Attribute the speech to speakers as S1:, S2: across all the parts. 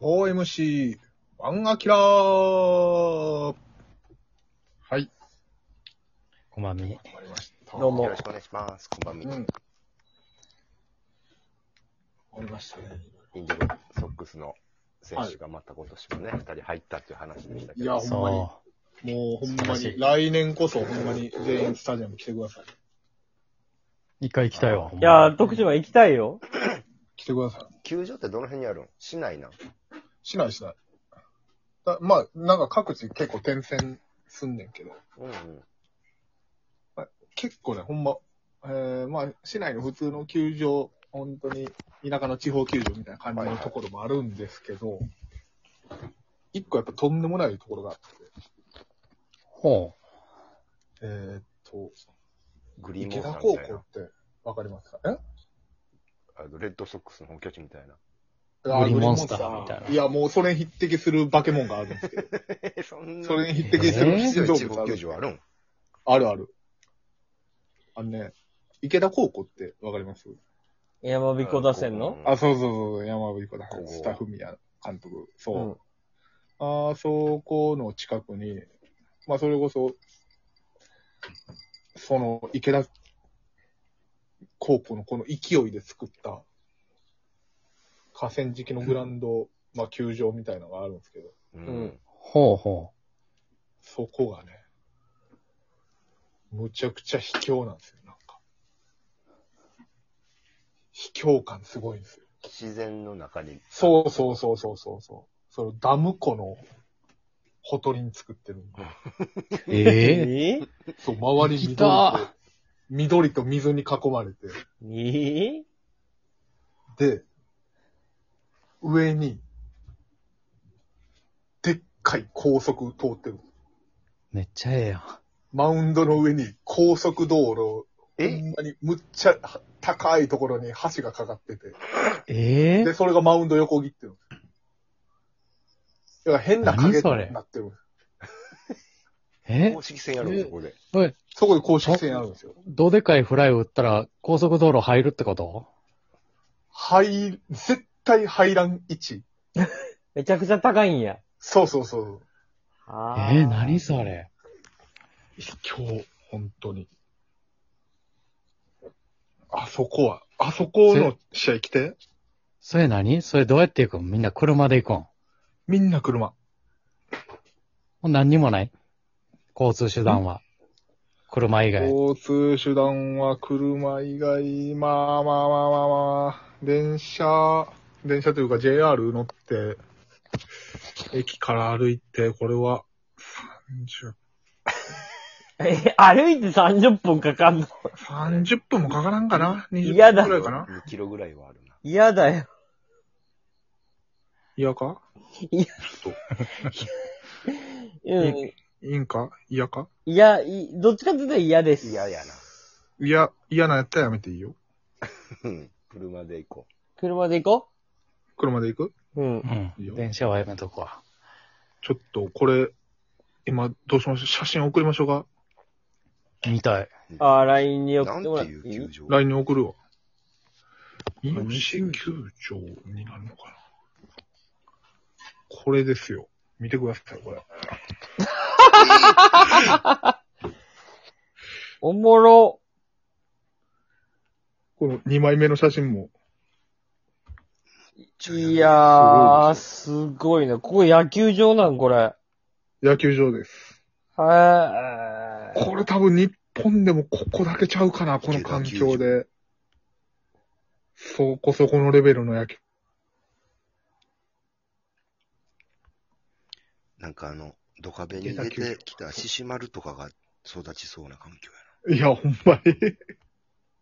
S1: OMC、ワンアキラー
S2: はい。
S3: こまみ。
S1: 終わりました。
S4: どうも。
S1: う
S4: よろしくお願いします。こんばん
S1: ん。
S4: み。
S1: 終わりましたね。
S4: インディゴソックスの選手がまた今年もね、二人入ったっていう話でしたけ
S1: いや
S4: ど。
S1: ほんまに
S3: そ
S1: もうほんま
S3: 素晴ら
S1: に、
S3: しい
S1: 来年こそほんまに全員スタジアム来てください。
S3: う。一回行きたいわ。
S4: い
S3: ほん
S5: い
S3: ま
S5: やー、徳島行きたいよ。
S1: 来てください。
S4: 球場ってどの辺にあるん市内なん
S1: しないしない。だまあ、なんか各地結構転戦すんねんけど、
S4: うんうん。
S1: 結構ね、ほんま、えー、まあ、市内の普通の球場、本当に田舎の地方球場みたいな感じのところもあるんですけど、一個やっぱとんでもないところがあって、
S3: ほ
S1: えー、っと、
S4: グリーンモ
S1: 池
S4: ンス
S1: 田
S4: ター
S1: 高
S4: みたい
S1: 校
S4: な。
S1: ってわかりますかえ
S4: あのレッドソックスの本拠地みたいな。
S3: リーンモンスターみたいない
S1: や、もうそれに匹敵する化け物があるんですけど、
S4: え、そん
S1: それに匹
S3: で
S1: 敵する
S3: えー
S1: 新
S4: 強
S1: 動
S4: い地
S1: 物あ
S4: 方球
S1: る。
S4: 場あるん
S1: あるある。あのね、池田高校ってわかります
S5: 山彦打線の
S4: あ
S1: あ、、そうそうそう、山尾彦だ
S4: こ。こ
S1: スタッフ宮監督。そう。
S5: うん
S1: あーそこの近くに、まあ、それこそ、その、池田高校のこの勢いで作った、河川敷のグラウンド、まあ、球場みたいなのがあるんですけど、
S4: う
S5: うんん。
S3: う。ほうほ
S1: そこがね、むちゃくちゃ卑怯なんですよ、なんか。卑怯感すごいんですよ。
S4: 自然の中に。
S1: そうそうそうそうそうそう。そのダム湖のほとりに作ってる。
S3: う。 ええ
S5: えー、
S1: そう、周り緑
S3: 来
S1: と
S3: た、
S1: 緑と水に囲まれて。
S5: え
S1: で、上に、でっかい高速通ってる。
S3: めっちゃええやん。
S1: マウンドの上に高速道路、ほ
S4: え
S1: んまにむっちゃ高いところに橋がかかってて。
S3: ええ
S1: で、それがマウンド横切ってるんです。だから変な影
S3: 何
S1: に
S3: それ
S1: なってるんです。
S3: え
S4: 公式戦やるんそこで。
S3: これ、
S1: そこで公式戦あるんですよ。
S3: どでかいフライを打ったら高速道路入るってこと
S1: 入、絶対入らん位置。
S5: めちゃくちゃ高いんや。
S1: そうそうそう。
S5: あ
S3: ええ何それ
S1: 今日、本当に。あそこは、あそこの試合来て、
S3: それ何それどうやって行くんみんな車で行くん
S1: みんな車。
S3: もう何にもない交通手段は。車以外。
S1: 交通手段は車以外、まあまあまあまあまあ、電車、電車というか JR 乗って、駅から歩いて、これは、30、
S5: え、歩いて30分かかんの
S1: 30分もかからんかな ?20
S5: 嫌だ
S1: 分くらいかな
S4: ?2 キロぐらいはあるな。
S5: 嫌だよ。
S1: 嫌か
S5: うん。
S1: いいんか嫌か
S5: いや、いどっちかというと嫌です。
S4: 嫌やな。
S1: いや、嫌なやったらやめていいよ。
S4: うん。車で行こ
S5: 車で行こ
S1: 車で行く
S5: ううん
S3: う。ん
S1: いいよ。
S3: 電車はやめとくわ。
S1: ちょっと、これ、今、どうしましょう写真送りましょうか
S3: 見たい。
S5: あー、LINE に
S4: う。
S5: 送
S4: な
S5: っ
S4: ん
S5: てもら
S4: て
S5: って
S4: い
S5: いうい
S4: 球場
S1: ?LINE に送るわ。三
S3: れ
S1: 好球場になるのかなこれですよ。見てください、これ。
S5: おもろ。
S1: この2枚目の写真も。
S5: いやー、すごいな。ここ野球場なんこれ。
S1: 野球場です。
S5: は
S1: これ多分日本でもここだけちゃうかな、この環境で。そこそこのレベルの野球。
S4: なんかあの、ドカベに出てきた獅子丸とかが育ちそうな環境
S1: いや、ほんまに。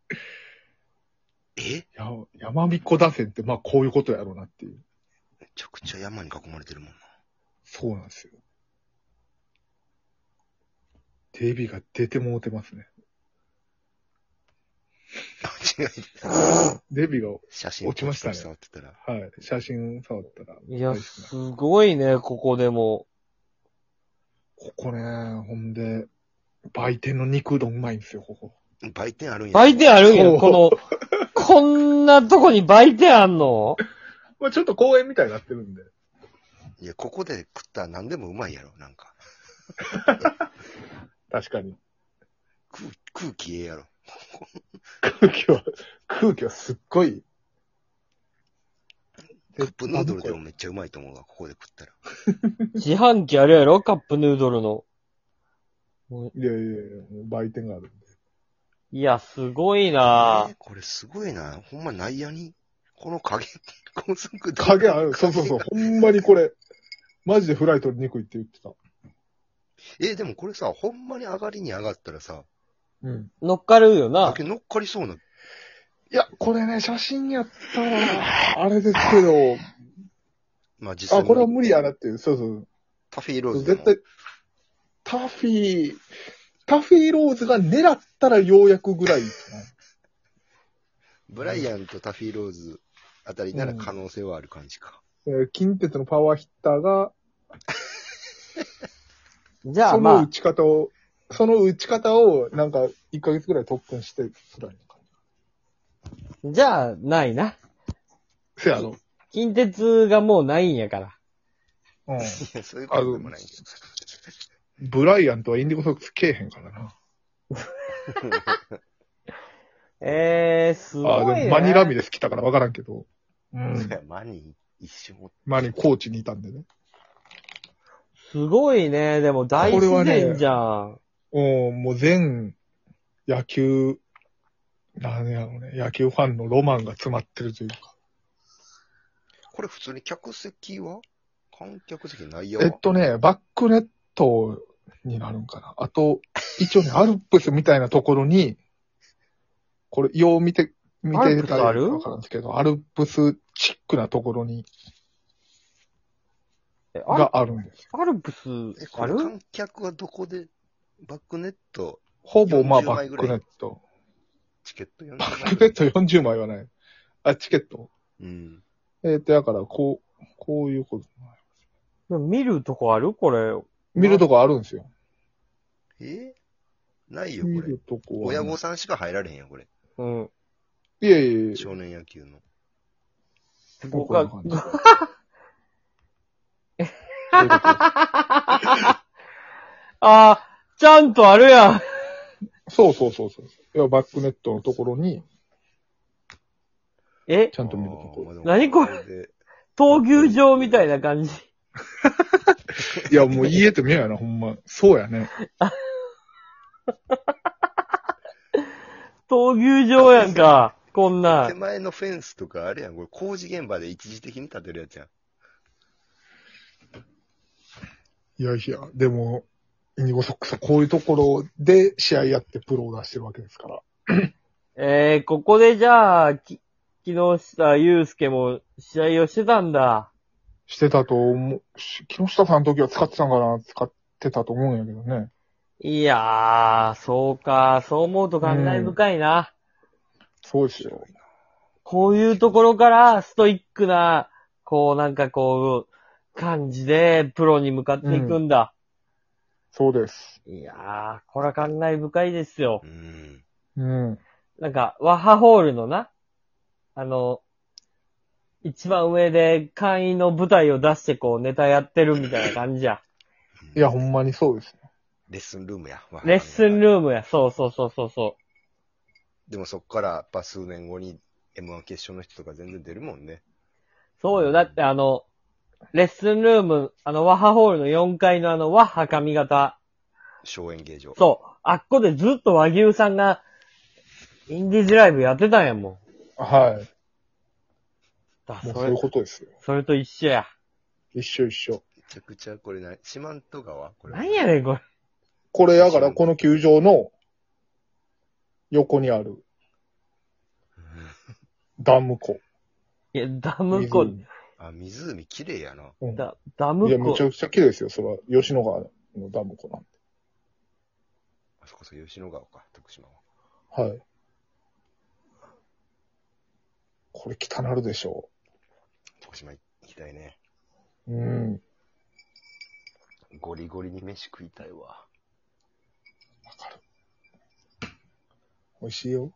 S4: やな。え
S1: や、山彦打線って、まあ、こういうことやろうなっていう。
S4: めちゃくちゃ山に囲まれてるもん な。
S1: そうなんですよ。デビが出てもうてますね。
S4: 違う。
S1: デビが、は
S4: 写真
S1: 落ちましたね
S4: ポチポチ触ってたら。
S1: い、写真触ったら。
S5: い。いや、
S1: 大好きな
S5: すごいね、ここでも。
S1: ここね、ほんで、売店の肉うどんうまいんですよ、ここ。
S4: 売店あるんや。
S5: 売店あるん
S1: そう
S5: や、この、こんなとこに売店あんの
S1: まあ、ちょっと公園みたいになってるんで。
S4: いや、ここで食ったら何でもうまいやろ、なんか。
S1: 確かに。
S4: 空空気ええやろ。
S1: 空気は、空気はすっごい。
S4: カップヌードルでもめっちゃうまいと思うわ、ここで食ったら。
S5: 自販機あるやろカップヌードルの。
S1: いやいやいや、もう売店があるんで。
S5: いや、すごいな
S4: えーこれすごいな。ほんま内野に、この影、 高速道路
S1: 影ある。そう そうそう。ほんまにこれ、マジでフライ取りにくいって言ってた。
S4: えーでもこれさ、ほんまに上がりに上がったらさ、
S1: うん。
S5: 乗っかるよな
S4: だ。け乗っかりそうな。
S1: いや、これね、写真やったら、あれですけ ど、
S4: まあ実際
S1: あ、
S4: に
S1: これは無理やなっていう。そうそう。
S4: タフィーローズで
S1: 絶
S4: も
S1: 対、タフィー、タフィーローズが狙ったらようやくぐらいか
S4: ブライアンとタフィーローズあたりなら可能性はある感じか。
S1: な。えー近鉄のパワーヒッターが、
S5: じゃあ
S1: そ
S5: ま
S1: の打
S5: あ、
S1: ち方を、その打ち方を、なんか、1ヶ月ぐらい特訓して、ぐらいの感
S5: じゃあ、ないな。
S1: じ。せやろ。
S5: 近鉄がもうないんやから。
S1: うん。
S4: いや、そういうことでもないけど。
S1: ブライアンとはインディゴソックスけえへんからな。
S5: えー、すご
S1: あ
S5: い、
S1: ー、で
S5: ね。
S1: もマニラミレス来たからわからんけど。う
S4: そ
S1: ん
S4: り。ゃマニー一緒も。
S1: マニ、コーチにいたんでね。
S5: すごいね。でも大自
S1: これは
S5: 然
S1: ね
S5: じゃん。
S1: うん、もう全野球、なんやろうね、野球ファンのロマンが詰まってるというか。
S4: これ普通に客席は観客席内容は
S1: えっとね、バックネットになるんかな。あと、一 応ね、アルプスみたいなところに、これ、よう見て、見てたら
S5: アルプスある
S1: わかるんですけど、アルプスチックなところに、
S5: えアル
S1: があるんです。
S5: アルプス
S4: え、、こ
S5: あ
S4: れ
S5: る
S4: 観客はどこで、バックネット、
S1: ほぼ、まあ、
S4: 40
S1: バ
S4: 枚
S1: ッ
S4: ぐ
S1: ク
S4: ら
S1: ネ
S4: い
S1: ット。
S4: チケット
S1: バ
S4: 40枚
S1: ックネット40枚はない。あ、チケット。
S4: うん。
S1: えっ、と、だから、こう、こういうこと。
S5: でも見るとこあるこれ。
S1: 見るとこあるんですよ。
S4: えないよ、
S1: 見
S4: これ
S1: る。とこは。
S4: 親御さんしか入られへんよ、これ。
S5: うん。
S1: いやいやいや。
S4: 少年野球の。
S5: 僕は、あー、ちゃんとあるやん。
S1: そうそうそうそう。いや、バックネットのところに、
S5: え
S1: ち、ゃんと見るとこ。
S5: 何これ
S4: れ
S5: 闘牛場みたいな感じ。
S1: いや、もう家って見えやな、ほんま。そうやね。
S5: 闘牛場やんか。こんな
S4: 手
S5: ん。
S4: 前のフェンスとかあれやん、これ工事現場で一時的に建てるやつやん。
S1: いやいや、でも、イニゴソックスはこういうところで試合やってプロを出してるわけですから。
S5: えー、ここでじゃあ、き、木下祐介も試合をしてたんだ。
S1: してたと思うし、木下さんの時は使ってたんかな、使ってたと思うんやけどね。
S5: いやー、そうか。そう思うと感慨深いな。
S1: そうですよ。
S5: こういうところからストイックな、こうなんかこう、感じでプロに向かっていくんだ。
S1: そうです。
S5: いやー、これは感慨深いですよ
S4: う。ん。
S1: うん。
S5: なんか、ワハホールのな、あの、一番上で会員の舞台を出してこうネタやってるみたいな感じや。
S1: いや、ほんまにそうですね。
S4: レッスンルームや。
S5: レッスン
S4: ーム。
S5: ルームや。そうそうそうそうそ
S4: でもそっから、やっぱ数年後に M1 決勝の人とか全然出るもんね。
S5: う。そうよ。だってあの、レッスンルーム、あの、ワハホールの4階のあの、ワッハ髪型。
S4: 小演芸場。
S5: そう。あっこでずっと和牛さんが、インディーズライブやってたんやもん。
S1: は
S5: だ
S1: い。もう
S5: そ
S1: そうい
S5: れ
S1: う、ことですよ。
S5: それと一緒や。
S1: 一緒一緒。
S4: めちゃくちゃ、これな、四万十川これ。
S5: なんやねん、これ。
S1: これ、だから、この球場の横にあるダム湖。
S5: いや、ダム湖、
S1: 湖
S4: あ、湖綺麗やな。
S1: うん
S5: だダ
S1: いや、
S5: ム
S1: め
S5: 湖
S1: ち。ゃくちゃ綺麗ですよ。それは、吉野川のダム湖なん
S4: あそこそ吉野川か、徳島は。
S1: で。はい。これ、汚なるでしょ
S4: 徳島行きたいね。
S1: う。うん。わ
S4: ゴリゴリに飯食いたいわ。
S1: かる。美味しいよ。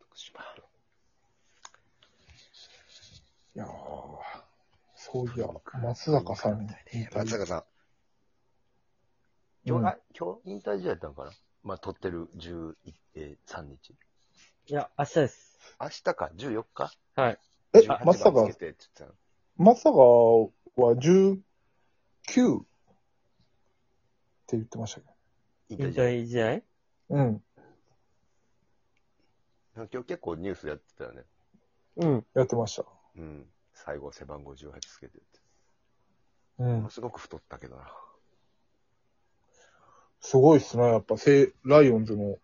S4: 徳島。
S1: いやーそそういや、松坂さんにインタビ
S6: 松
S1: ュー。
S6: 坂さん。
S4: 今
S1: うん
S4: 日、あ今日、引退試合やったんかなまあ、撮ってる13日。
S5: いや、明日です。
S4: 明日か、14日
S5: はい。
S1: え
S4: 18、番
S1: 松坂
S4: つけ、てって言って
S1: 松坂は19って言ってましたけ
S4: たの
S5: 引
S4: 引退試合。
S5: 退試合
S1: ど。うん。
S4: 今日結構ニュースやってたよね。
S5: うん。
S1: やってました。
S4: うん。最後、背番号18つけてって。
S1: う
S4: も
S1: ん
S4: の。すごく太ったけどな。
S1: すごいっすね。やっぱ、せいライオンズの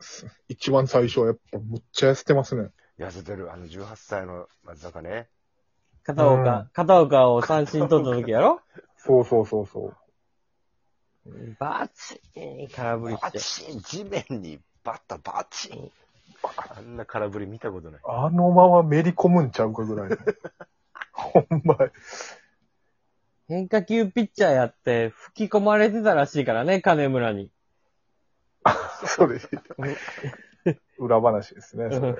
S1: す一番最初はやっぱむっちゃ痩せてますね。
S4: 痩せてる、あの18歳の松坂ね。
S5: 片岡、
S1: うん
S5: 片岡を三振取った時やろ
S1: そうそうそうそう。
S5: バチーン空振り
S4: バ
S5: して。
S4: チン地面にバッタバチンあんな空振り見たことない。
S1: あのままめり込むんちゃうかぐらい の。ほんまや、
S5: 変化球ピッチャーやって吹き込まれてたらしいからね、金村 に。
S1: それ。裏話ですね。それ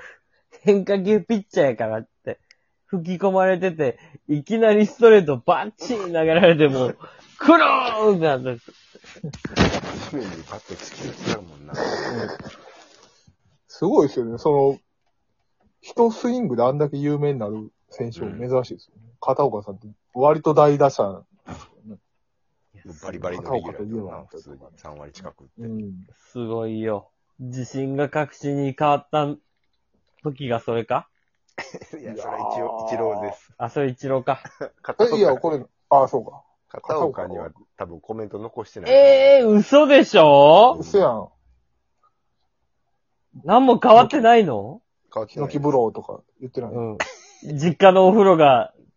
S5: 変化球ピッチャーやからって、吹き込まれてて、いきなりストレートバッチン投げられて も、クローンってなった。
S4: 地面にバット突き出したもんな。
S1: すごいですよね。その、一スイングであんだけ有名になる選手も珍しいですよね。片岡さんって割と大打者。
S4: バリバリのレギュラーだよな、普通に。3割近く。
S1: うん。
S5: すごいよ。自信が確信に変わった時がそれか
S4: いや、それ一応、一郎です。
S5: あ、それ一郎か。
S4: 片
S1: え、いや、これ、ああ、そうか。
S4: 片岡には多分コメント残してない。
S5: ええー、嘘でしょ
S1: 嘘やん。
S5: 何も変わってないの
S4: 変わって
S1: ヒノ
S4: ない
S1: キ。ブローとか言ってない。
S5: うん。実家のお風呂が